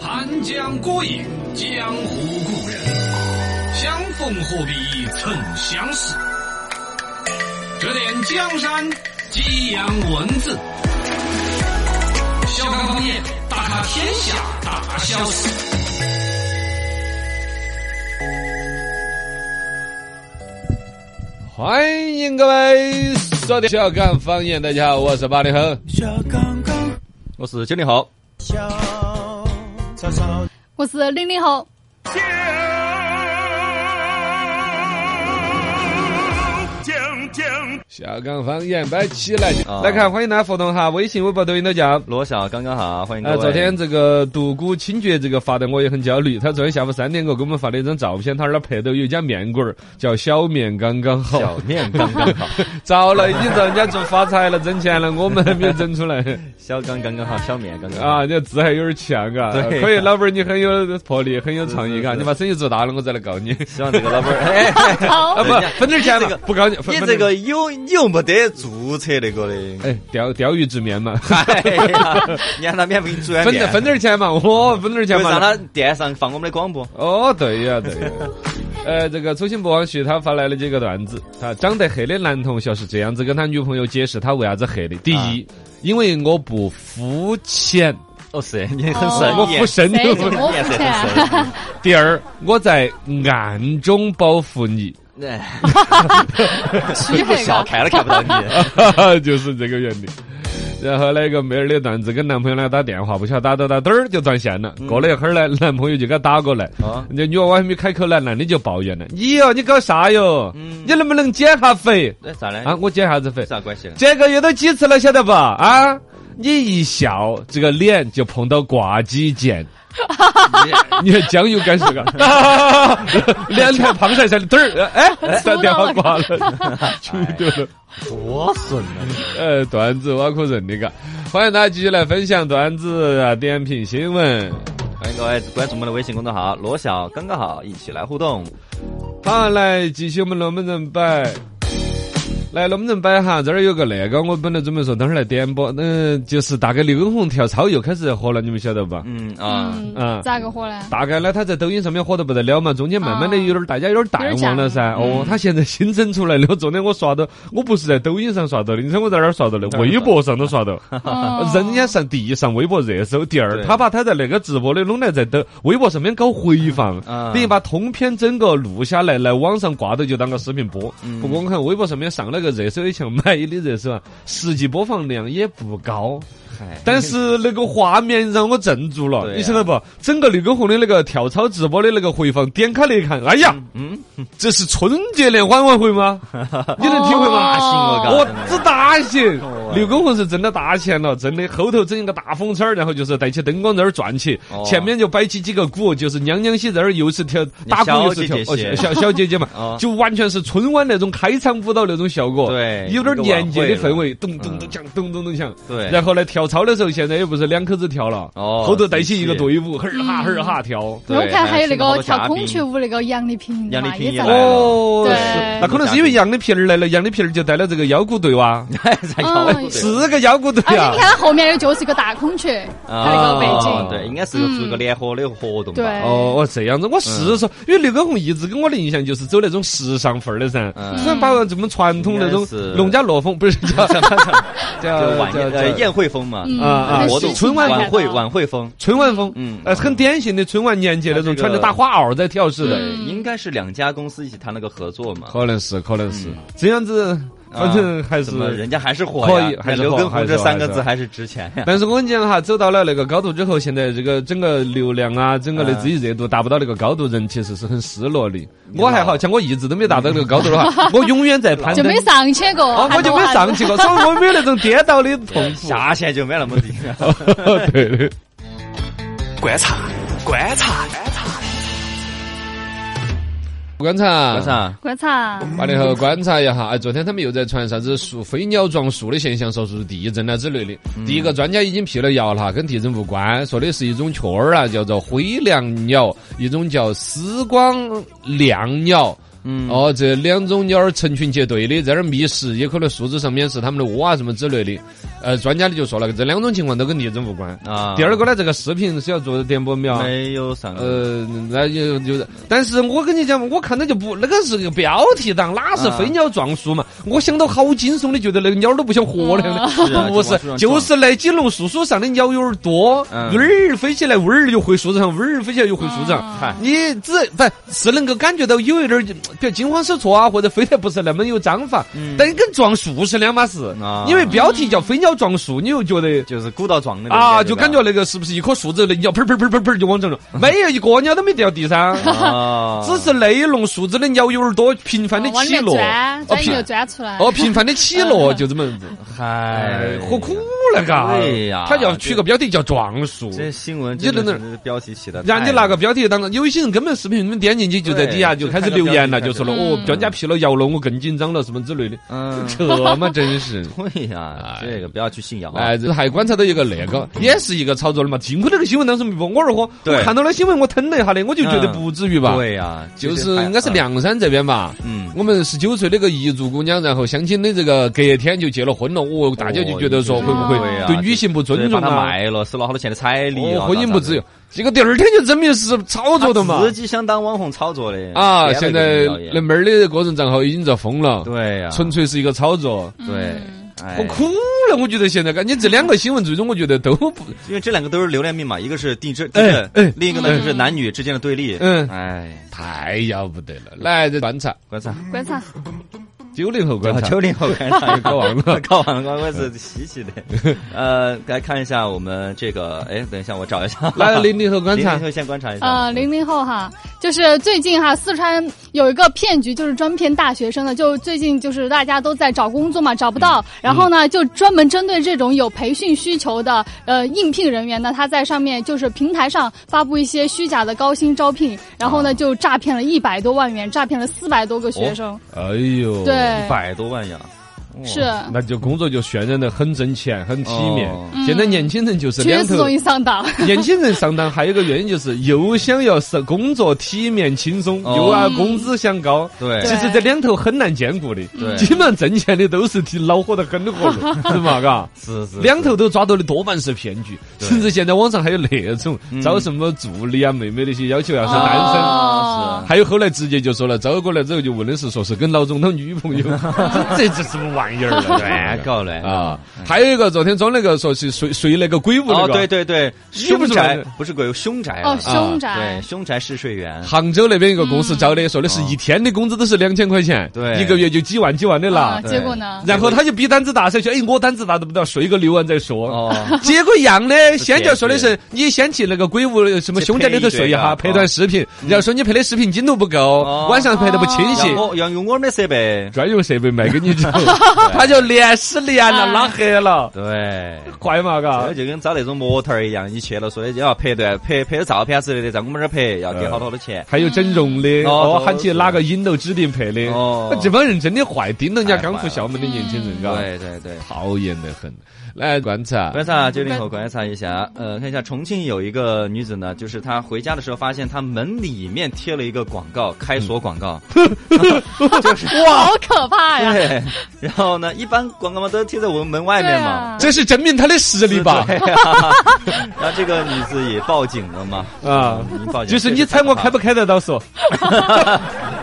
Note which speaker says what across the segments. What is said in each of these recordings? Speaker 1: 谈将过瘾，江湖故人，相逢何必曾相识。指点江山，激扬文字，笑看方言，大咖天下大小事。
Speaker 2: 欢迎各位收听小港方言，大家好，我是八零后，
Speaker 3: 小刚刚
Speaker 2: 我是九零后，
Speaker 3: 小草草，
Speaker 4: 我是零 零后，
Speaker 2: 小港方言摆起来、
Speaker 5: 啊
Speaker 2: 来看，欢迎大家互动哈，微信、微博、抖音都叫。
Speaker 5: 罗小刚刚好，欢迎各
Speaker 2: 呃，
Speaker 5: 位。
Speaker 2: 昨天这个独孤清绝这个发的我也很焦虑。他昨天下午三点过给我们发了一张照片，他那儿配的有一家面馆儿叫小面刚刚
Speaker 5: 小
Speaker 2: 好，
Speaker 5: 面刚刚好，
Speaker 2: 糟了，已经让人家做发财了，挣钱了，我们还没有挣出来
Speaker 5: 小刚刚刚好，小面刚刚好
Speaker 2: 啊！。你这字还有点呛啊，
Speaker 5: 对
Speaker 2: 可以，老板儿你很有魄力，很有创意
Speaker 5: 是
Speaker 2: 啊！
Speaker 5: 是
Speaker 2: 你把生意做大了，我再来告 你。
Speaker 5: 希望这个老板儿，哎，
Speaker 4: 好
Speaker 2: 啊，不
Speaker 5: 人家
Speaker 2: 分点钱
Speaker 5: 你这
Speaker 2: 嘛，
Speaker 5: 个
Speaker 2: 不告你，分
Speaker 5: 你
Speaker 2: 分
Speaker 5: 这
Speaker 2: 点
Speaker 5: 个有你又没得注册那个的，
Speaker 2: 哎，钓钓鱼直面嘛，
Speaker 5: 哎呀，你让他免费给你煮碗
Speaker 2: 分
Speaker 5: 面
Speaker 2: 点，分点钱嘛，我分点钱
Speaker 5: 就让
Speaker 2: 嘛。
Speaker 5: 他店上放我们的广播。
Speaker 2: 哦，对呀，对呀。 呃，这个初心不忘续他发来了几个段子，他长得黑的男同学是这样子跟他女朋友解释他为啥子黑的：第一，因为我不肤浅，
Speaker 5: 哦，是你很
Speaker 4: 哦
Speaker 5: 深
Speaker 2: 我
Speaker 5: 眼
Speaker 2: 不，深
Speaker 4: 谁
Speaker 2: 入
Speaker 4: 我；
Speaker 5: 面
Speaker 4: 不
Speaker 5: 色
Speaker 4: 是啊
Speaker 5: 很深。
Speaker 2: 第二，我在暗中保护你，
Speaker 5: 哎，
Speaker 4: 虚
Speaker 5: 不
Speaker 4: 黑
Speaker 5: 笑
Speaker 4: 个，
Speaker 5: 看都看不到你。
Speaker 2: 就是这个原理。然后那个妹儿的段子跟男朋友呢打电话，不晓得打到打嘚儿就断线了。过了一会儿呢，男朋友就给她打过来，
Speaker 5: 啊，
Speaker 2: 那女娃娃还没开口呢，男的就抱怨了：“你哟，你搞啥哟？
Speaker 5: 嗯哎
Speaker 2: 你能不能减下肥
Speaker 5: 那咋
Speaker 2: 啊？
Speaker 5: 了？
Speaker 2: 我减啥子肥？
Speaker 5: 啥关系呢？
Speaker 2: 这个月都几次了，晓得不？啊，你一笑，这个脸就碰到挂机 键。”你看酱油感受嘎， 脸台胖晒晒的嘚儿，哎，
Speaker 4: 出
Speaker 2: 把
Speaker 4: 到
Speaker 2: 电话
Speaker 4: 了
Speaker 2: 挂 了，出掉了。
Speaker 5: 哎多损啊！
Speaker 2: 呃，段子挖苦人的嘎，欢迎大家继续来分享段子啊，点评新闻。
Speaker 5: 欢迎各位关注我们的微信公众号“罗小刚刚好”，一起来互动。
Speaker 2: 好，来继续我们龙门阵摆。来，龙门阵摆哈，这儿有个那个，我本来准备说等会儿来点播，嗯、就是大概刘畊宏跳操又开始火了，你们晓得吧？
Speaker 5: 嗯啊，
Speaker 2: 嗯
Speaker 4: 嗯，咋个火呢？
Speaker 2: 大概呢，他在抖音上面火得不得了嘛，中间慢慢的有点儿，大家有点儿淡忘了噻。
Speaker 5: 有点儿
Speaker 2: 哦
Speaker 5: 嗯，
Speaker 2: 他现在新整出来了，昨天我刷到，我不是在抖音上刷到的，你猜我在哪儿刷到的？
Speaker 5: 哪儿
Speaker 2: 微博上都刷到。
Speaker 4: 嗯
Speaker 2: 人家上第一上微博热搜，第二
Speaker 5: 哦对
Speaker 2: 他把他在那个直播的弄来在抖微博上面搞回放，
Speaker 5: 啊
Speaker 2: 等于把通篇整个录下来，来网上挂到就当个视频播。
Speaker 5: 嗯
Speaker 2: 不过我看微博上面上那个热搜以前买的热搜啊，实际播放量也不高，
Speaker 5: 嗨
Speaker 2: 但是那个画面让我镇住了，
Speaker 5: 对呀
Speaker 2: 你晓得不？整个刘畊宏的那个跳操直播的那个回放，点开了一看，哎呀，
Speaker 5: 嗯，
Speaker 2: 这是春节联欢晚会 吗？你能体会吗？啊
Speaker 4: 哦
Speaker 5: 行了，嘎
Speaker 2: 我这大钱
Speaker 5: 哦，
Speaker 2: 刘畊宏是挣了大钱了，真的后头整一个大风车儿，然后就是带起灯光在那儿转起
Speaker 5: 哦，
Speaker 2: 前面就摆起几个鼓，就是娘娘些在那儿又是跳
Speaker 5: 你
Speaker 2: 打鼓又是
Speaker 5: 小
Speaker 2: 跳
Speaker 5: 姐，
Speaker 2: 哦
Speaker 5: 姐
Speaker 2: 小小姐姐嘛
Speaker 5: 哦，
Speaker 2: 就完全是春晚那种开场舞蹈那种效果，
Speaker 5: 对
Speaker 2: 有点
Speaker 5: 一个
Speaker 2: 年节的
Speaker 5: 晚会
Speaker 2: 氛
Speaker 5: 了
Speaker 2: 围，咚咚咚锵，咚咚咚锵。
Speaker 5: 对，
Speaker 2: 然后呢，跳操的时候，现在也不是两口子跳了，
Speaker 5: 哦
Speaker 2: 后头带起一个
Speaker 5: 是
Speaker 2: 队伍，哈儿哈哈儿哈跳。
Speaker 4: 我看还有那个
Speaker 5: 还
Speaker 4: 跳
Speaker 5: 有
Speaker 4: 孔雀舞那个杨丽萍
Speaker 5: 杨丽
Speaker 4: 嘛，
Speaker 5: 萍
Speaker 4: 也
Speaker 5: 也
Speaker 4: 在
Speaker 5: 来了
Speaker 4: 那
Speaker 2: 哦，
Speaker 4: 对
Speaker 2: 是那可能是因为杨丽萍儿来了，杨丽萍儿就带了这个腰鼓队哇，
Speaker 5: 哎，才搞
Speaker 4: 嗯
Speaker 5: 是
Speaker 2: 是个腰鼓队
Speaker 4: 而且
Speaker 2: 啊
Speaker 4: 你。看后面就是一个大孔雀，它那个背景，
Speaker 5: 啊对，应该是做一个联合的活动吧
Speaker 4: 对。
Speaker 2: 哦，哦，这样子，我
Speaker 5: 嗯
Speaker 2: 是说，因为刘畊宏一直给我的印象就是走那种时尚范儿的噻，
Speaker 5: 嗯
Speaker 2: 虽然把这么传统那种
Speaker 5: 应该是
Speaker 2: 农家乐风， 不是叫
Speaker 5: 就
Speaker 2: 叫
Speaker 5: 晚宴呃
Speaker 2: 叫叫
Speaker 5: 宴会风嘛，
Speaker 4: 嗯
Speaker 2: 啊啊
Speaker 4: 很
Speaker 5: 活
Speaker 4: 喜
Speaker 5: 动
Speaker 4: 庆
Speaker 2: 春晚
Speaker 4: 感
Speaker 5: 晚会
Speaker 4: 的
Speaker 5: 晚会风，
Speaker 2: 春晚风，
Speaker 5: 嗯，
Speaker 2: 呃，很典型的春晚年节那种，
Speaker 5: 它这个
Speaker 2: 穿着大花袄在跳
Speaker 4: 嗯
Speaker 2: 似
Speaker 5: 对
Speaker 2: 的，，
Speaker 5: 应该是两家公司一起谈了个合作嘛。
Speaker 2: 可能是，可能是
Speaker 5: 嗯啊
Speaker 2: 这样子，反正还是
Speaker 5: 怎么人家还是火
Speaker 2: 可
Speaker 5: 呀
Speaker 2: 以？还是
Speaker 5: 刘
Speaker 2: 火
Speaker 5: 畊
Speaker 2: 还
Speaker 5: 宏
Speaker 2: 是
Speaker 5: 这
Speaker 2: 火
Speaker 5: 三
Speaker 2: 还
Speaker 5: 个
Speaker 2: 是
Speaker 5: 字
Speaker 2: 火
Speaker 5: 还是值钱呀。
Speaker 2: 但是我跟你讲哈，走到了那个高度之后，现在这个整个流量啊，整
Speaker 5: 嗯
Speaker 2: 个的自己热度达不到那个高度，人其实是很失落的。我还好像我一直都没达到那个高度的 话，我永远在攀
Speaker 4: 就
Speaker 2: 登
Speaker 4: 没，上去过
Speaker 2: 哦，，我就没上去过，所以我没有那种跌倒的痛 苦。
Speaker 5: 下限就没那么 低了。
Speaker 2: 啊对对，
Speaker 3: 观察观察，
Speaker 2: 观察啊
Speaker 5: 为啥？
Speaker 4: 观察，
Speaker 2: 八零后观察一下，哎，昨天他们又在传啥子树飞鸟撞树的现象，说是地震啊之类的。第一个专家已经辟了谣了哈，跟地震无关，说的是一种雀儿啊，叫做灰椋鸟，一种叫丝光椋鸟。
Speaker 5: 嗯，
Speaker 2: 哦，这两种鸟儿成群结队的在那儿觅食，也可能素质上面是它们的窝啊什么之类的。呃，专家里就说了，这两种情况都跟地震无关。
Speaker 5: 啊，
Speaker 2: 第二个呢，这个视频是要做点播秒。
Speaker 5: 没有上，
Speaker 2: 呃，那就就是，但是我跟你讲嘛，我看到就不那个是个标题党，哪是飞鸟撞树嘛？我想到好惊悚的，觉得那个鸟儿都不想活了呢。
Speaker 5: 是啊啊
Speaker 2: 不是，就是那几弄树树上的鸟有点多，
Speaker 5: 嗯啊
Speaker 2: 嗡儿飞起来，嗡儿又回树上，嗡儿飞起来又回树上。
Speaker 5: 嗨
Speaker 2: 你只不是能够感觉到有一点儿，比如惊慌失措啊，或者飞得不是那么有章法，
Speaker 5: 嗯
Speaker 2: 但跟撞树是两码事
Speaker 5: 啊。
Speaker 2: 因为标题叫飞鸟撞树，你又觉得。
Speaker 5: 就是鼓捣撞那个
Speaker 2: 啊，就感觉那个是不是一棵树子的鸟，砰砰砰砰砰就往这撞，没有一个鸟都没掉地上，
Speaker 5: 啊，
Speaker 2: 只是那一笼树子的鸟有点儿多，频繁的
Speaker 4: 哦往里
Speaker 2: 起
Speaker 4: 面
Speaker 2: 落，
Speaker 4: 钻，
Speaker 2: 哦
Speaker 4: 钻就
Speaker 2: 频
Speaker 4: 钻出来。
Speaker 2: 哦频繁的起落，就这么样子。
Speaker 5: 嗨
Speaker 2: 哎，，何苦了嘎？
Speaker 5: 对呀
Speaker 2: 他要取个标题叫撞树。
Speaker 5: 这新闻
Speaker 2: 你就
Speaker 5: 真的
Speaker 2: 在那儿
Speaker 5: 是标题起的，
Speaker 2: 然后你拿个标题当中，有一些人根本视频你们点进去就在底下
Speaker 5: 对
Speaker 2: 就开始留言了，
Speaker 5: 就
Speaker 2: 就说
Speaker 5: 看到
Speaker 2: 了
Speaker 4: 标题
Speaker 2: 哦，专家辟了谣了，我更紧张了什么之类的，
Speaker 5: 嗯，
Speaker 2: 这嘛真是。
Speaker 5: 对呀，这个不要去信啊谣，
Speaker 2: 哎，这还观察到一个那个，也是一个炒作的嘛。尽管那个新闻当时没播，我二货，
Speaker 5: 对
Speaker 2: 我看到那新闻我腾了一下的，我就觉得
Speaker 5: 嗯
Speaker 2: 不至于吧。
Speaker 5: 对呀，
Speaker 2: 就是应该是，凉山这边吧。
Speaker 5: 啊嗯，
Speaker 2: 我们十九岁那个彝族姑娘，然后相亲的这个隔天就结了婚了，哦，大家就觉得说
Speaker 5: 哦
Speaker 2: 会不会
Speaker 5: 对呀
Speaker 2: 对女性不尊重
Speaker 5: 把它
Speaker 2: 啊？
Speaker 5: 卖了，收了好多钱的彩礼，啊
Speaker 2: 哦，婚姻不自由，结果第二天就证明是炒作的嘛
Speaker 5: 自。己想当网红炒作的
Speaker 2: 啊，现在那妹儿的个人账号已经遭封了，
Speaker 5: 对啊呀，
Speaker 2: 纯粹是一个炒作。
Speaker 5: 对，哎
Speaker 2: 我哭了，我觉得现在，感觉这两个新闻最终我觉得都不，
Speaker 5: 因为这两个都是流量密码，一个是地震，地震，
Speaker 2: 哎
Speaker 5: 另一个呢就是男女之间的对立。
Speaker 2: 嗯
Speaker 5: 哎，
Speaker 2: 太要不得了。来，这观察
Speaker 5: 观察，啊
Speaker 4: 观察，
Speaker 2: 九零后观察，哎
Speaker 5: 九零后观察
Speaker 2: 搞完 了
Speaker 5: 搞完了，我是稀奇的。 呃，来看一下我们这个，哎，等一下，我找一下。
Speaker 2: 来零零后观
Speaker 5: 零
Speaker 2: 察
Speaker 5: 零后先观察一下。
Speaker 4: 呃，零零后哈，就是最近哈，四川有一个骗局，就是专骗大学生的。就最近就是大家都在找工作嘛，找不
Speaker 5: 嗯
Speaker 4: 到，然后呢，就专门针对这种有培训需求的呃应聘人员呢，他在上面就是平台上发布一些虚假的高薪招聘，然后
Speaker 5: 啊
Speaker 4: 呢就诈骗了一百多万元，诈骗了四百多个学生。
Speaker 2: 哎呦，
Speaker 4: 对，
Speaker 5: 哦百多万呀，
Speaker 4: 是
Speaker 2: 那就工作就渲染的很挣钱，很体面
Speaker 5: 哦。
Speaker 2: 现在年轻人就是
Speaker 4: 确
Speaker 2: 两
Speaker 4: 实
Speaker 2: 头
Speaker 4: 容，易上 当。
Speaker 2: 年轻人上当还有一个原因就是又想要是工作体面轻松，
Speaker 5: 哦
Speaker 2: 又要工资想高。
Speaker 5: 对
Speaker 2: 其实这两头很难兼顾的，
Speaker 5: 对
Speaker 2: 基本上挣钱的都是挺恼火的很的活路， 是嘛？嘎，
Speaker 5: 是是
Speaker 2: 两头都抓到的多半是骗局，
Speaker 5: 对
Speaker 2: 甚至现在网上还有那种
Speaker 5: 嗯
Speaker 2: 招什么助理啊、妹妹那些要求要是
Speaker 4: 哦
Speaker 2: 单身。
Speaker 5: 啊，
Speaker 2: 还有后来直接就说了，招过来之后就问的是说是跟老总当女朋友， 这这什么玩意儿
Speaker 5: 是
Speaker 2: 啊
Speaker 5: 乱？搞嘞！
Speaker 2: 啊，还有一个昨天装那个说是睡睡那个鬼屋那
Speaker 5: 哦，
Speaker 2: 个，
Speaker 5: 对对对，
Speaker 2: 衣服
Speaker 5: 凶
Speaker 2: 是
Speaker 5: 宅
Speaker 2: 吧
Speaker 5: 不是鬼，凶宅啊
Speaker 4: 哦，凶宅。
Speaker 5: 对，凶宅试睡员，
Speaker 2: 杭州那边一个公司招的，说的是一天的工资都是两千块钱，
Speaker 5: 嗯哦对
Speaker 2: 一个月就几万几万的拿。
Speaker 4: 啊
Speaker 5: 对
Speaker 4: 结果呢？
Speaker 2: 然后他就比胆子大噻，说哎，我胆子大得不得，睡个六万再说。
Speaker 5: 哦，
Speaker 2: 结果一样的，先就说的是你先去那个鬼屋什么凶宅里头睡一下，
Speaker 5: 去配
Speaker 2: 拍
Speaker 5: 一段啊
Speaker 2: 段视频，嗯然后说你拍的视频精度不
Speaker 5: 哦
Speaker 2: 够，晚上拍的不清晰
Speaker 5: 要。我要用我们的设备，
Speaker 2: 专用设备卖给 你之后，他就连屎连了
Speaker 4: 啊
Speaker 2: 拉黑了，
Speaker 5: 对。
Speaker 2: 快嘛嘎
Speaker 5: 这！就跟找那种模特儿一样，你去了说的要拍段拍拍的照片之类的，在我们这儿拍，要给好多的钱。
Speaker 2: 还有整容的，
Speaker 5: 嗯
Speaker 2: 哦
Speaker 5: 哦，
Speaker 2: 喊去哪个影楼指定配的，
Speaker 5: 哦
Speaker 2: 这帮人真的坏，盯到人家
Speaker 5: 太
Speaker 2: 刚
Speaker 5: 坏
Speaker 2: 出
Speaker 5: 了嗯
Speaker 2: 校门的年轻人，嘎，
Speaker 5: 对对对，
Speaker 2: 讨厌的很。来观察，
Speaker 5: 观察九零后观察一下，呃，看一下重庆有一个女子呢，就是她回家的时候发现她门里面贴了一个广告，开锁广告。
Speaker 4: 哇，好可怕哎呀！
Speaker 5: 对，然后呢，一般广告嘛都贴在我们门外
Speaker 4: 啊
Speaker 5: 面嘛。
Speaker 2: 这是证明他的实 力吧？
Speaker 5: 对啊然后这个女子也报警了嘛，
Speaker 2: 啊，
Speaker 5: 已经报警了。
Speaker 2: 就是你猜我开不开得到锁？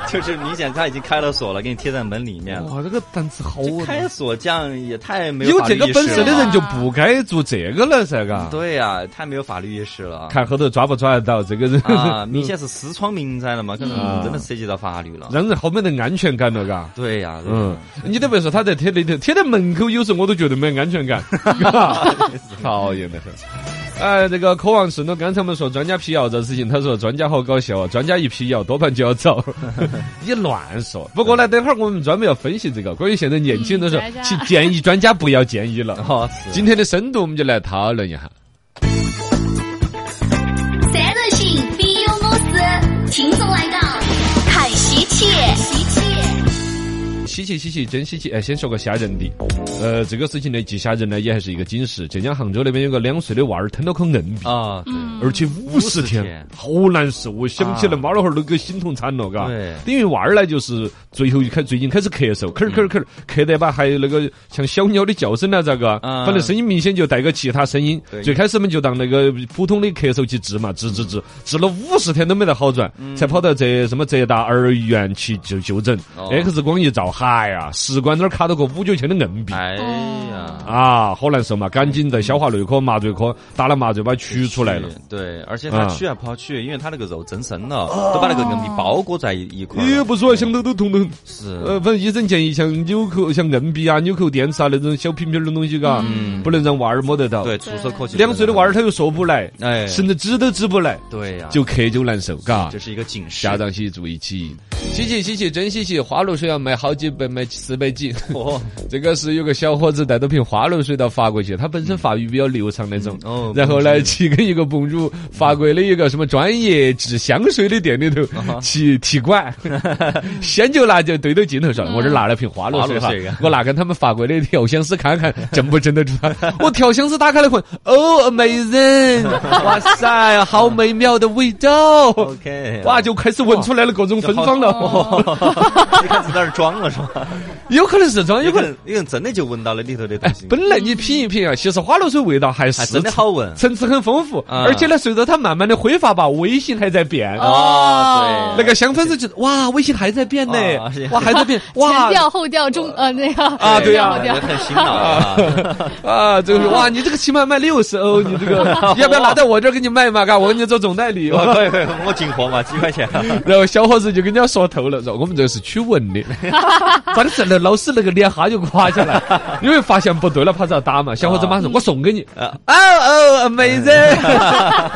Speaker 5: 就是明显她已经开了锁了，给你贴在门里面了。
Speaker 2: 哇，这个胆子好啊
Speaker 5: 这开锁这样也太没
Speaker 2: 哦有
Speaker 5: 法啊
Speaker 2: 这
Speaker 5: 律
Speaker 2: 个
Speaker 5: 意
Speaker 2: 本
Speaker 5: 识
Speaker 2: 事的
Speaker 5: 了
Speaker 2: 人就不该做这个了噻，嘎。
Speaker 5: 对呀、太没有法律意识了。
Speaker 2: 看后头抓不抓得到这个人，
Speaker 5: 啊，明显是私闯民宅了嘛，可能
Speaker 2: 嗯
Speaker 5: 真的涉及到法律了。
Speaker 2: 让 人好没得安全感了，嘎。
Speaker 5: 对呀、对
Speaker 2: 嗯，你都别说他在贴里头，贴在门口，有时候我都觉得没安全感，讨厌的很。哎，这个渴望顺德刚才我们说专家辟谣这事情，他说专家好搞笑啊，专家一辟谣多半就要走，你乱说。不过呢，等会儿我们专门要分析这个关于现在年轻人的
Speaker 4: 嗯专家
Speaker 2: 时候，去建议专家不要建议了。
Speaker 5: 哦，是
Speaker 2: 今天的深度我们就来讨论一下。
Speaker 6: 三人行必有我师，听众来到看稀奇，稀奇，
Speaker 2: 稀奇稀奇，真稀奇！哎，先说个吓人的，呃，这个事情呢，既吓人呢，也还是一个警示。浙江杭州那边有个两岁的娃儿吞了口硬币，
Speaker 5: 啊，对，
Speaker 4: 嗯
Speaker 2: 而且五十
Speaker 5: 天
Speaker 2: 天，好难受。我想起来，
Speaker 5: 啊
Speaker 2: 妈老汉儿都给心痛惨了，嘎。
Speaker 5: 对嗯
Speaker 2: 等于娃儿呢，就是最后一开最近开始咳嗽，咳儿咳儿咳儿，咳得吧，还有那个像小鸟的叫声呢，咋个？
Speaker 5: 啊
Speaker 2: 反正声音明显就带个其他声音
Speaker 5: 对。嗯
Speaker 2: 最开始我们就当那个普通的咳嗽去治嘛，治治治，治了五十天都没得好转，才跑到浙什么浙大儿园去就就诊
Speaker 5: 哦
Speaker 2: ，X 光一照，嗨呀，食管那儿卡到个五九千的硬币。
Speaker 5: 哎呀，
Speaker 2: 啊，好难受嘛！赶紧在消化内科、麻醉科打了麻醉，把它取出来了。
Speaker 5: 是。对，而且他
Speaker 2: 嗯哦
Speaker 5: 去还不好去，因为他那个肉增生了，都把那个硬币包裹在一一块儿了。
Speaker 2: 也不说想到都痛得很。
Speaker 5: 是，
Speaker 2: 呃，反正医生建议像纽扣、像硬币啊、纽扣垫子啊那种小瓶瓶儿的东西，嘎，
Speaker 5: 嗯，
Speaker 2: 不能让娃儿摸得到。
Speaker 5: 对，，触手可及。
Speaker 2: 两岁的娃儿，他又说不来，
Speaker 5: 哎，
Speaker 2: 甚至指都指不来，
Speaker 5: 对呀，
Speaker 2: 就咳就难受，嘎
Speaker 5: 这。是一个警示。
Speaker 2: 家长些注意起，洗洗洗洗真洗洗，花露水要卖好几百，卖四百几。
Speaker 5: 哦，
Speaker 2: 这个是有个小伙子带着瓶花露水到法国去，他本身法语比较流畅那种，
Speaker 5: 嗯哦
Speaker 2: 然后呢去跟一个博主法国的一个什么专业制香水的店里头
Speaker 5: 啊
Speaker 2: 去踢 馆，先就拿就对着镜头说，我这拿了瓶花露水哈
Speaker 5: 花露水啊，
Speaker 2: 我拿跟他们法国的调香师看 看镇不镇得住他。我调香师打开了闻，哦，amazing，哇 塞，好美妙的味道。
Speaker 5: OK，
Speaker 2: 哇，就开始闻出来了各种芬芳了，
Speaker 5: 你哦看是在那儿装了是吧？
Speaker 2: 有可能哎是这样，有
Speaker 5: 有
Speaker 2: 可
Speaker 5: 可
Speaker 2: 能
Speaker 5: 能，有人真的就闻到了里头的东
Speaker 2: 哎
Speaker 5: 西，，
Speaker 2: 本来你品一品啊，其实花露水味道还是
Speaker 5: 还真的好闻。
Speaker 2: 层次很丰富，
Speaker 5: 啊
Speaker 2: 而且呢，随着它慢慢的挥发吧，微型还在变。
Speaker 5: 啊，
Speaker 2: 那
Speaker 5: 对，
Speaker 2: 个香氛是觉得哇，微型还在变呢
Speaker 5: 啊是，
Speaker 2: 哇还在变，
Speaker 4: 前
Speaker 2: 哇
Speaker 4: 调后调中呃那个
Speaker 2: 啊对呀
Speaker 5: 也
Speaker 4: 前调后调
Speaker 5: 哎很洗脑 啊。
Speaker 2: 啊，这个是哇，你这个起码卖六十欧，你这 个要不要拿到我这儿给你卖嘛？嘎，我给你做总代理。
Speaker 5: 我对对，我进货嘛，几块钱。
Speaker 2: 然后小伙子就跟人家说透了，说我们这个是驱蚊 的，咋的事呢？老师那个脸哈就垮下来，因为发现不对了，怕遭打嘛。小伙子马上说我送给你，哦
Speaker 5: 啊
Speaker 2: 哦，妹子，
Speaker 5: 哎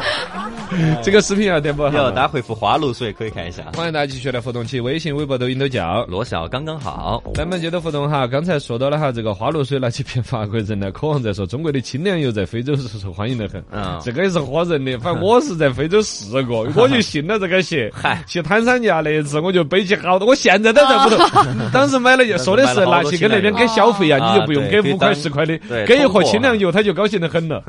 Speaker 2: 这个视频要点播哈。
Speaker 5: 要大家回复花露水可以看一下。
Speaker 2: 欢迎大家继续来互动起，微信、微博、抖音都叫。
Speaker 5: 罗小刚刚好，
Speaker 2: 咱们接着互动哈，刚才说到了哈，这个花露水拿去骗法国人呢，渴望在说中国的清凉油在非洲是受欢迎的很，
Speaker 5: 嗯
Speaker 2: 这个也是唬人的。反正我是在非洲试过，我就信了这个邪。
Speaker 5: 嗨
Speaker 2: 去坦桑尼亚那一次，我就背起好多，我现在都认 不得。当时买了就，说的是拿去跟那边给小费呀，
Speaker 5: 啊
Speaker 2: 你就不用给
Speaker 5: 对
Speaker 2: 五块十块的
Speaker 5: 对，
Speaker 2: 给一盒
Speaker 5: 通货
Speaker 2: 清凉油他就高兴的很 了，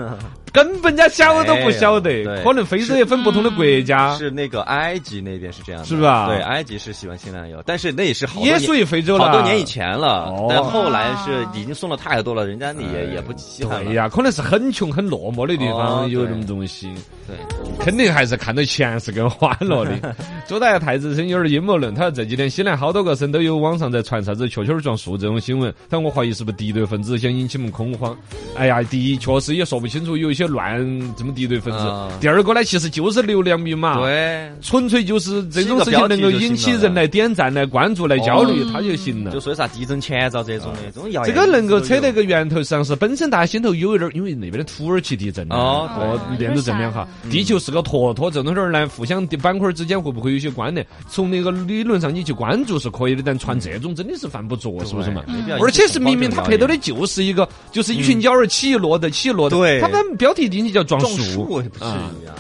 Speaker 2: 根本人家晓都不晓得
Speaker 5: 哎呀。对
Speaker 2: 可能非洲也分不同的国家，
Speaker 5: 是那个埃及那边是这样
Speaker 2: 啊
Speaker 5: 的，
Speaker 2: 是吧
Speaker 5: 对，埃及是喜欢清凉油，但是那也是好多
Speaker 2: 也
Speaker 5: 年
Speaker 2: 属于非洲了，
Speaker 5: 好多年以前了
Speaker 2: 哦，哎
Speaker 5: 但后来是已经送了太多了，人家也也不稀罕
Speaker 2: 对
Speaker 5: 了。
Speaker 2: 呀，可能是很穷很落寞的地
Speaker 5: 哦
Speaker 2: 方
Speaker 5: 对
Speaker 2: 有这种东西，
Speaker 5: 对，
Speaker 2: 肯定还是看到钱是更欢乐 的。左大爷太子参有点阴谋论，他说这几天西南好多个省都有网上在传啥子蛐蛐儿撞树这种新闻，但我怀疑是不是敌对分子想引起我们恐慌。哎呀，第一确实也说不清楚有一些乱这么敌对分
Speaker 5: 啊
Speaker 2: 子，第二个呢其实就是流量密码。
Speaker 5: 对，
Speaker 2: 纯粹就是这种
Speaker 5: 起个
Speaker 2: 事
Speaker 5: 标
Speaker 2: 情能
Speaker 5: 题
Speaker 2: 够
Speaker 5: 就行
Speaker 2: 引起
Speaker 5: 了哦
Speaker 2: 人来点赞、来关注、来焦虑，他就行了
Speaker 5: 就。说啥地震前兆这种的，这种谣
Speaker 2: 这
Speaker 5: 言
Speaker 2: 个能够扯
Speaker 5: 得
Speaker 2: 得个源头，实际上是本身大家心头有一点儿，因为那边的土耳其地震啊
Speaker 5: 哦对嗯
Speaker 2: 哦，连着震两下，地球是个坨坨，这种事儿呢，互相的板块儿之间会不会有些关联？从那个理论上你去关注是可以的，但传这种真的是犯不着，是不是嘛？
Speaker 5: 嗯
Speaker 2: 而且是明明他拍到的就是一个，就是一群鸟儿起落的起落的，
Speaker 5: 对
Speaker 2: 他们标题定义叫撞
Speaker 5: 撞
Speaker 2: 树，
Speaker 5: 树也不至于啊，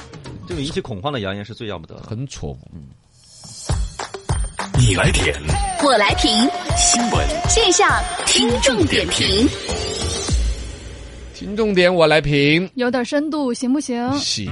Speaker 5: 这种引起恐慌的谣言是最要不得的。
Speaker 2: 很错误。
Speaker 1: 你来点
Speaker 6: 我来评
Speaker 1: 新闻，
Speaker 6: 线下听众点评，
Speaker 2: 听众点我来评，
Speaker 4: 有点深度行不行？
Speaker 2: 行。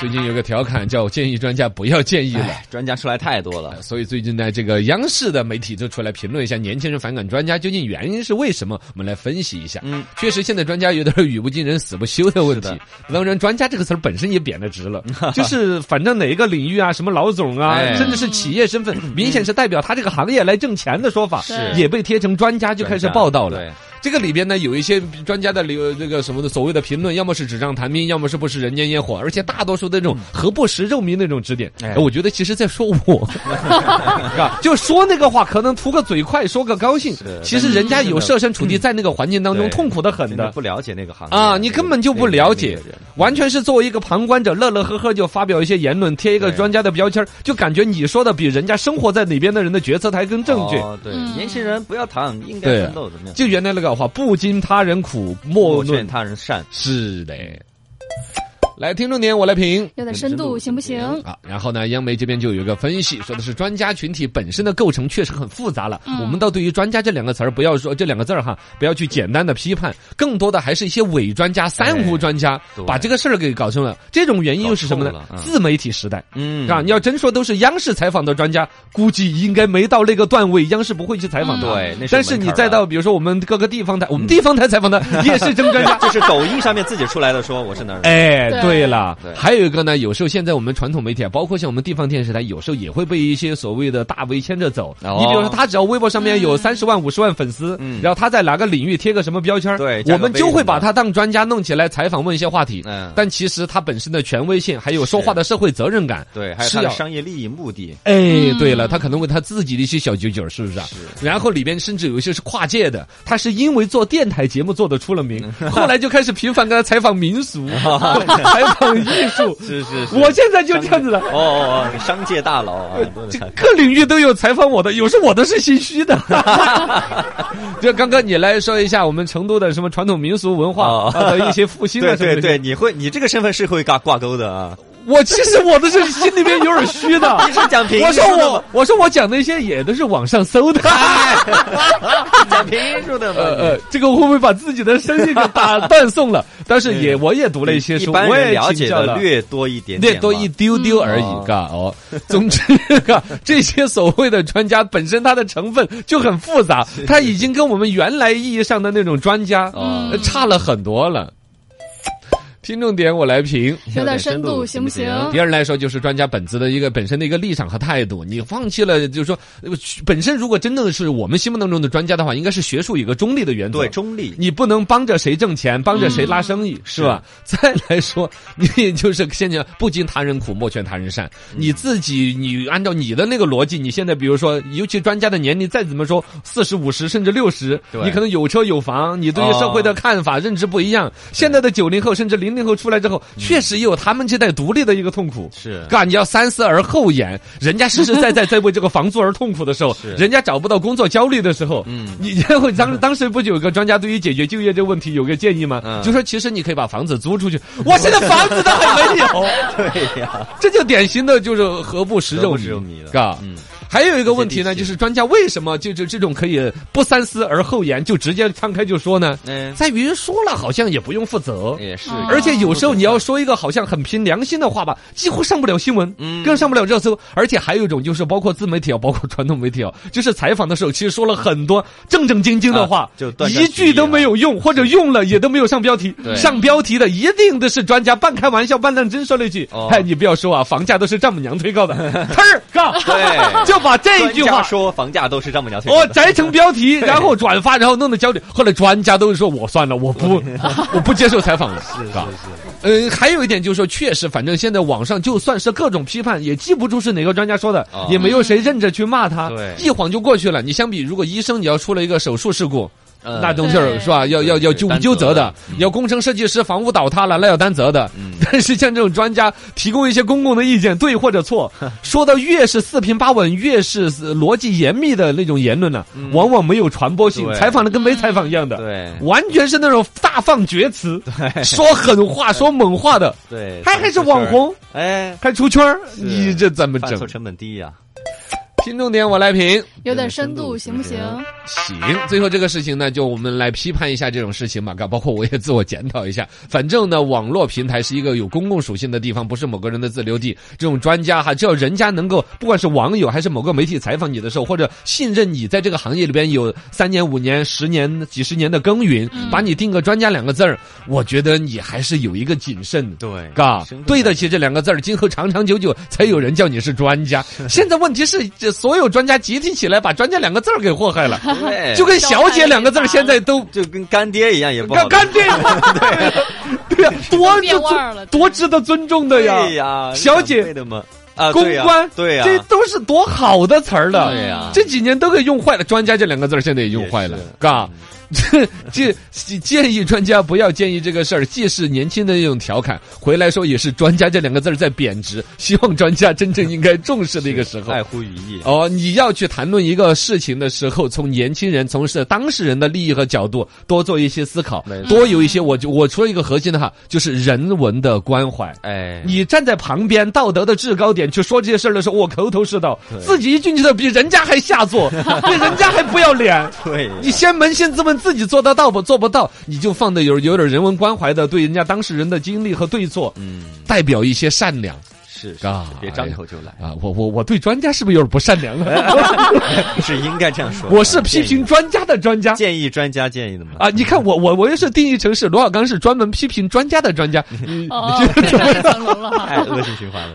Speaker 2: 最近有个调侃叫“建议专家不要建议了”，
Speaker 5: 哎，专家出来太多了，
Speaker 2: 呃所以最近呢，这个央视的媒体就出来评论一下年轻人反感专家究竟原因是为什么？我们来分析一下。
Speaker 5: 嗯，
Speaker 2: 确实现在专家有点语不惊人死不休的问题
Speaker 5: 是的。
Speaker 2: 当然，专家这个词儿本身也贬得值 了，就是反正哪一个领域啊，什么老总啊，
Speaker 5: 哎嗯
Speaker 2: 甚至是企业身份，明显是代表他这个行业来挣钱的说法，
Speaker 4: 是
Speaker 2: 也被贴成专家就开始
Speaker 5: 专家
Speaker 2: 报道了。
Speaker 5: 对
Speaker 2: 这个里边呢，有一些专家的流这个什么的所谓的评论，要么是纸上谈兵，要么是不食人间烟火，而且大多数的那种何不食肉糜那种指点，
Speaker 5: 嗯
Speaker 2: 呃
Speaker 5: 哎
Speaker 2: 我觉得其实在说我，是吧就说那个话可能图个嘴快，说个高兴
Speaker 5: 是，嗯
Speaker 2: 其实人家有设身处地在那个环境当中
Speaker 5: 对
Speaker 2: 痛苦的很
Speaker 5: 真
Speaker 2: 的
Speaker 5: 的不。了解那个行业
Speaker 2: 啊，你根本就不了解
Speaker 5: 那个人，
Speaker 2: 完全是作为一个旁观者，乐乐呵呵就发表一些言论，贴一个
Speaker 5: 对
Speaker 2: 专家的标签儿，就感觉你说的比人家生活在里边的人的决策才更正确。
Speaker 5: 哦对，
Speaker 4: 嗯
Speaker 5: 年轻人不要躺，应该
Speaker 2: 对
Speaker 5: 奋斗，怎么样？
Speaker 2: 嗯就原来那个话，不经他人苦，莫
Speaker 5: 莫
Speaker 2: 论
Speaker 5: 劝他人善。
Speaker 2: 是的。来，听众点我来评。
Speaker 4: 有点深度行不行？
Speaker 2: 啊，然后呢，央媒这边就有一个分析，说的是专家群体本身的构成确实很复杂了。
Speaker 5: 嗯
Speaker 2: 我们倒对于“专家”这两个词儿，不要说这两个字儿哈，不要去简单的批判，更多的还是一些伪专家、三无专家
Speaker 5: 哎对，
Speaker 2: 把这个事儿给搞成了。这种原因又是什么
Speaker 5: 搞
Speaker 2: 呢
Speaker 5: 错了？嗯
Speaker 2: 自媒体时代。
Speaker 5: 嗯
Speaker 2: 啊，你要真说都是央视采访的专家，估计应该没到那个段位，央视不会去采访他。
Speaker 5: 嗯对那是
Speaker 2: 但是你
Speaker 5: 门槛儿
Speaker 2: 再
Speaker 5: 啊
Speaker 2: 到比如说我们各个地方台，我们地方台采 访的也是真专家，
Speaker 5: 就是抖音上面自己出来的说我是哪儿人，
Speaker 2: 哎，
Speaker 4: 对
Speaker 2: 对了
Speaker 5: 对，
Speaker 2: 还有一个呢，有时候现在我们传统媒体啊，包括像我们地方电视台，有时候也会被一些所谓的大 V 牵着走。
Speaker 5: 哦
Speaker 2: 你比如说，他只要微博上面有三十万、五十万粉丝，
Speaker 5: 嗯
Speaker 2: 然后他在哪个领域贴个什么标签儿，
Speaker 5: 对加个
Speaker 2: 我们
Speaker 5: 杯
Speaker 2: 就
Speaker 5: 什么
Speaker 2: 会
Speaker 5: 的
Speaker 2: 把他当专家弄起来采访，问一些话题。
Speaker 5: 嗯
Speaker 2: 但其实他本身的权威性，还有说话的社会责任感，
Speaker 5: 对，还有
Speaker 2: 是
Speaker 5: 他的
Speaker 2: 要。
Speaker 5: 商业利益目的，
Speaker 2: 哎，对
Speaker 5: 嗯
Speaker 2: 了，他可能为他自己的一些小九九，是不是啊？然后里边甚至有一些是跨界的，他是因为做电台节目做的出了 名，后来就开始频繁跟他采访民俗、采访艺术。
Speaker 5: 是是是，
Speaker 2: 我现在就这样子的，
Speaker 5: 哦哦哦，商界大佬啊，很多人
Speaker 2: 这
Speaker 5: 看
Speaker 2: 各领域都有采访我的，有时候我都是心虚 的。就刚刚你来说一下我们成都的什么传统民俗文化
Speaker 5: 哦
Speaker 2: 啊的一些复兴
Speaker 5: 对
Speaker 2: 的什么
Speaker 5: 对
Speaker 2: 的
Speaker 5: 对，，你会你这个身份是会挂挂钩的 啊，
Speaker 2: 我其实我都是心里面有点虚 的。
Speaker 5: 你是讲评，
Speaker 2: 啊我说
Speaker 5: 你是那
Speaker 2: 我
Speaker 5: 么哎
Speaker 2: 我说我讲那些也都是网上 搜的。
Speaker 5: 讲评书的
Speaker 2: 呃
Speaker 5: 嘛。
Speaker 2: 呃，这个会不会把自己的生意给打 断送了？但是也我也读了一些
Speaker 5: 嗯一
Speaker 2: 书，
Speaker 5: 般
Speaker 2: 我
Speaker 5: 人
Speaker 2: 也
Speaker 5: 了解
Speaker 2: 请教
Speaker 5: 的
Speaker 2: 了。
Speaker 5: 略多一点点嗯
Speaker 2: 略
Speaker 5: 嘛，
Speaker 2: 多一丢丢而已，嘎、哦。 总之，嘎，这些所谓的专家本身它的成分就很复杂，它已经跟我们原来意义上的那种专家、
Speaker 5: 哦
Speaker 2: 呃差了很多了。听众点我来评。
Speaker 4: 有点
Speaker 5: 点
Speaker 4: 深
Speaker 5: 深
Speaker 4: 度
Speaker 5: 度
Speaker 4: 行
Speaker 5: 行不
Speaker 4: 不行
Speaker 5: 行？
Speaker 2: 第二来说，就是专家本质的一个本身的一个立场和态度。你放弃了，就是说，呃本身如果真正是我们心目当中的专家的话，应该是学术一个中立的原则。
Speaker 5: 对中立，
Speaker 2: 你不能帮着谁挣钱，帮着谁拉生
Speaker 5: 嗯
Speaker 2: 意，是吧？再来说，你就是现在不经他人苦，莫劝他人善。
Speaker 5: 嗯
Speaker 2: 你自己，你按照你的那个逻辑，你现在比如说，尤其专家的年龄再怎么说，四十五十甚至六十，
Speaker 5: 对
Speaker 2: 你可能有车有房，你对于社会的看法、认知不一样。现在的九零后甚至零零后出来之后，确实也有他们这代独立的一个痛苦。
Speaker 5: 嗯是
Speaker 2: 嘎，你要三思而后言。人家实实在在在为这个房租而痛苦的时候
Speaker 5: 是，
Speaker 2: 人家找不到工作焦虑的时候，
Speaker 5: 嗯
Speaker 2: 你 然后当当时不就有个专家对于解决就业这个问题有个建议吗？
Speaker 5: 嗯
Speaker 2: 就说其实你可以把房子租出去。我现在房子都还没 有，
Speaker 5: 对呀，
Speaker 2: 这就典型的就是何不食
Speaker 5: 何
Speaker 2: 肉
Speaker 5: 不
Speaker 2: 糜，
Speaker 5: 食肉糜的
Speaker 2: 嘎。
Speaker 5: 嗯，
Speaker 2: 还有一个问题呢，就
Speaker 5: 这些地区
Speaker 2: 是专家为什么就就这种可以不三思而后言，就直接摊开就说呢？
Speaker 5: 嗯，
Speaker 2: 在于说了好像也不用负责，
Speaker 5: 也是，
Speaker 4: 哦
Speaker 2: 而且有时候你要说一个好像很凭良心的话吧，几乎上不了新闻，
Speaker 5: 嗯
Speaker 2: 更上不了热搜。而且还有一种就是，包括自媒体啊，包括传统媒体啊，就是采访的时候，其实说了很多正正经经的话，
Speaker 5: 啊就断章
Speaker 2: 一句都没有用，或者用了也都没有上标题。
Speaker 5: 对
Speaker 2: 上标题的一定都是专家半开玩笑半认真说了一句：“
Speaker 5: 哦
Speaker 2: 哎，你不要说啊，房价都是丈母娘推 高的。”呲儿，嘎，
Speaker 5: 对
Speaker 2: 就把这一句
Speaker 5: 专家
Speaker 2: 话
Speaker 5: 说房价都是丈母娘推
Speaker 2: 哦，
Speaker 5: 荐的
Speaker 2: 摘成标 题，然后转发，然后弄得焦点。后来专家都说我算了，我 不，我不接受采访了，是吧？嗯，还有一点就是说，确实，反正现在网上就算是各种批判，也记不住是哪个专家说的，
Speaker 5: 哦
Speaker 2: 也没有谁认着去骂他，
Speaker 5: 对
Speaker 2: 一晃就过去了。你相比，如果医生你要出了一个手术事故，
Speaker 5: 嗯
Speaker 2: 那东西儿
Speaker 4: 对
Speaker 2: 是吧？要要要
Speaker 5: 对
Speaker 2: 纠
Speaker 5: 担
Speaker 2: 纠责
Speaker 5: 责
Speaker 2: 的
Speaker 5: 的，
Speaker 2: 要工程设计师房屋倒塌了，那要担责的。
Speaker 5: 嗯
Speaker 2: 但是像这种专家提供一些公共的意见，对或者 错，说的越是四平八稳，越是呃逻辑严密的那种言论呢，往往没有传播性，
Speaker 5: 嗯对
Speaker 2: 采访的跟没采访一样的，
Speaker 5: 对
Speaker 2: 完全是那种大放厥词，说狠 话、说猛话的，
Speaker 5: 对，
Speaker 2: 还还是网，红，
Speaker 5: 哎，
Speaker 2: 还出圈儿你这怎么
Speaker 5: 犯
Speaker 2: 整
Speaker 5: 错？成本低呀，
Speaker 2: 听众点我来评。
Speaker 4: 有点深度行不行？
Speaker 2: 行，最后这个事情呢，就我们来批判一下这种事情吧，包括我也自我检讨一下。反正呢，网络平台是一个有公共属性的地方，不是某个人的自留地。这种专家哈，只要人家能够，不管是网友还是某个媒体采访你的时候，或者信任你在这个行业里边有三年、五年、十年、几十年的耕耘，把你定个专家两个字儿，我觉得你还是有一个谨慎的。
Speaker 5: 对
Speaker 2: 嘎
Speaker 5: 身份，
Speaker 2: 对得起这两个字儿，今后长长久久才有人叫你是专家。现在问题是，这所有专家集体起来把“专家”两个字儿给祸害了，
Speaker 5: 对
Speaker 2: 就跟“小姐”两个字儿现在都
Speaker 5: 就跟干爹一样，也哎不
Speaker 2: 干
Speaker 5: 好
Speaker 2: 干爹，对呀，多
Speaker 4: 变味儿了
Speaker 2: 尊多值得尊重的
Speaker 5: 对
Speaker 2: 呀，
Speaker 5: 呀，
Speaker 2: 小姐
Speaker 5: 长辈的嘛，啊，
Speaker 2: 公
Speaker 5: 对呀
Speaker 2: 关，
Speaker 5: 对呀，
Speaker 2: 这都是多好的词儿了，
Speaker 5: 对呀
Speaker 2: 这几年都给用坏了，“专家”这两个字儿现在也用坏了
Speaker 5: 也是，
Speaker 2: 嘎。 建建议专家不要建议这个事儿，既是年轻的一种调侃，回来说也是“专家”这两个字儿在贬值。希望专家真正应该重视的一个时候。
Speaker 5: 爱乎羽翼。
Speaker 2: 哦，你要去谈论一个事情的时候，从年轻人、从事当事人的利益和角度，多做一些思考
Speaker 5: 没，错
Speaker 2: 多有一些我就我说一个核心的哈，就是人文的关怀。
Speaker 5: 哎，
Speaker 2: 你站在旁边道德的制高点去说这些事儿的时候，我口头是道，自己一进去的比人家还下 作，比人家还不要脸。
Speaker 5: 对，
Speaker 2: 你先扪心自问，自己做得到不？做不到，你就放的有有点人文关怀的，对人家当事人的经历和对错，
Speaker 5: 嗯，
Speaker 2: 代表一些善良
Speaker 5: 是是
Speaker 2: 啊
Speaker 5: 是别张口就 来，
Speaker 2: 啊！我我我对专家是不是有点不善良啊了？
Speaker 5: 是应该这样说的。
Speaker 2: 我是批评专家的专家。
Speaker 5: 建议建议专家建议的嘛？
Speaker 2: 啊！你看我我我又是定义成是罗小刚是专门批评专家的专家，
Speaker 4: 嗯 哦，更上一层楼了哈。
Speaker 5: 哎太恶性循环了。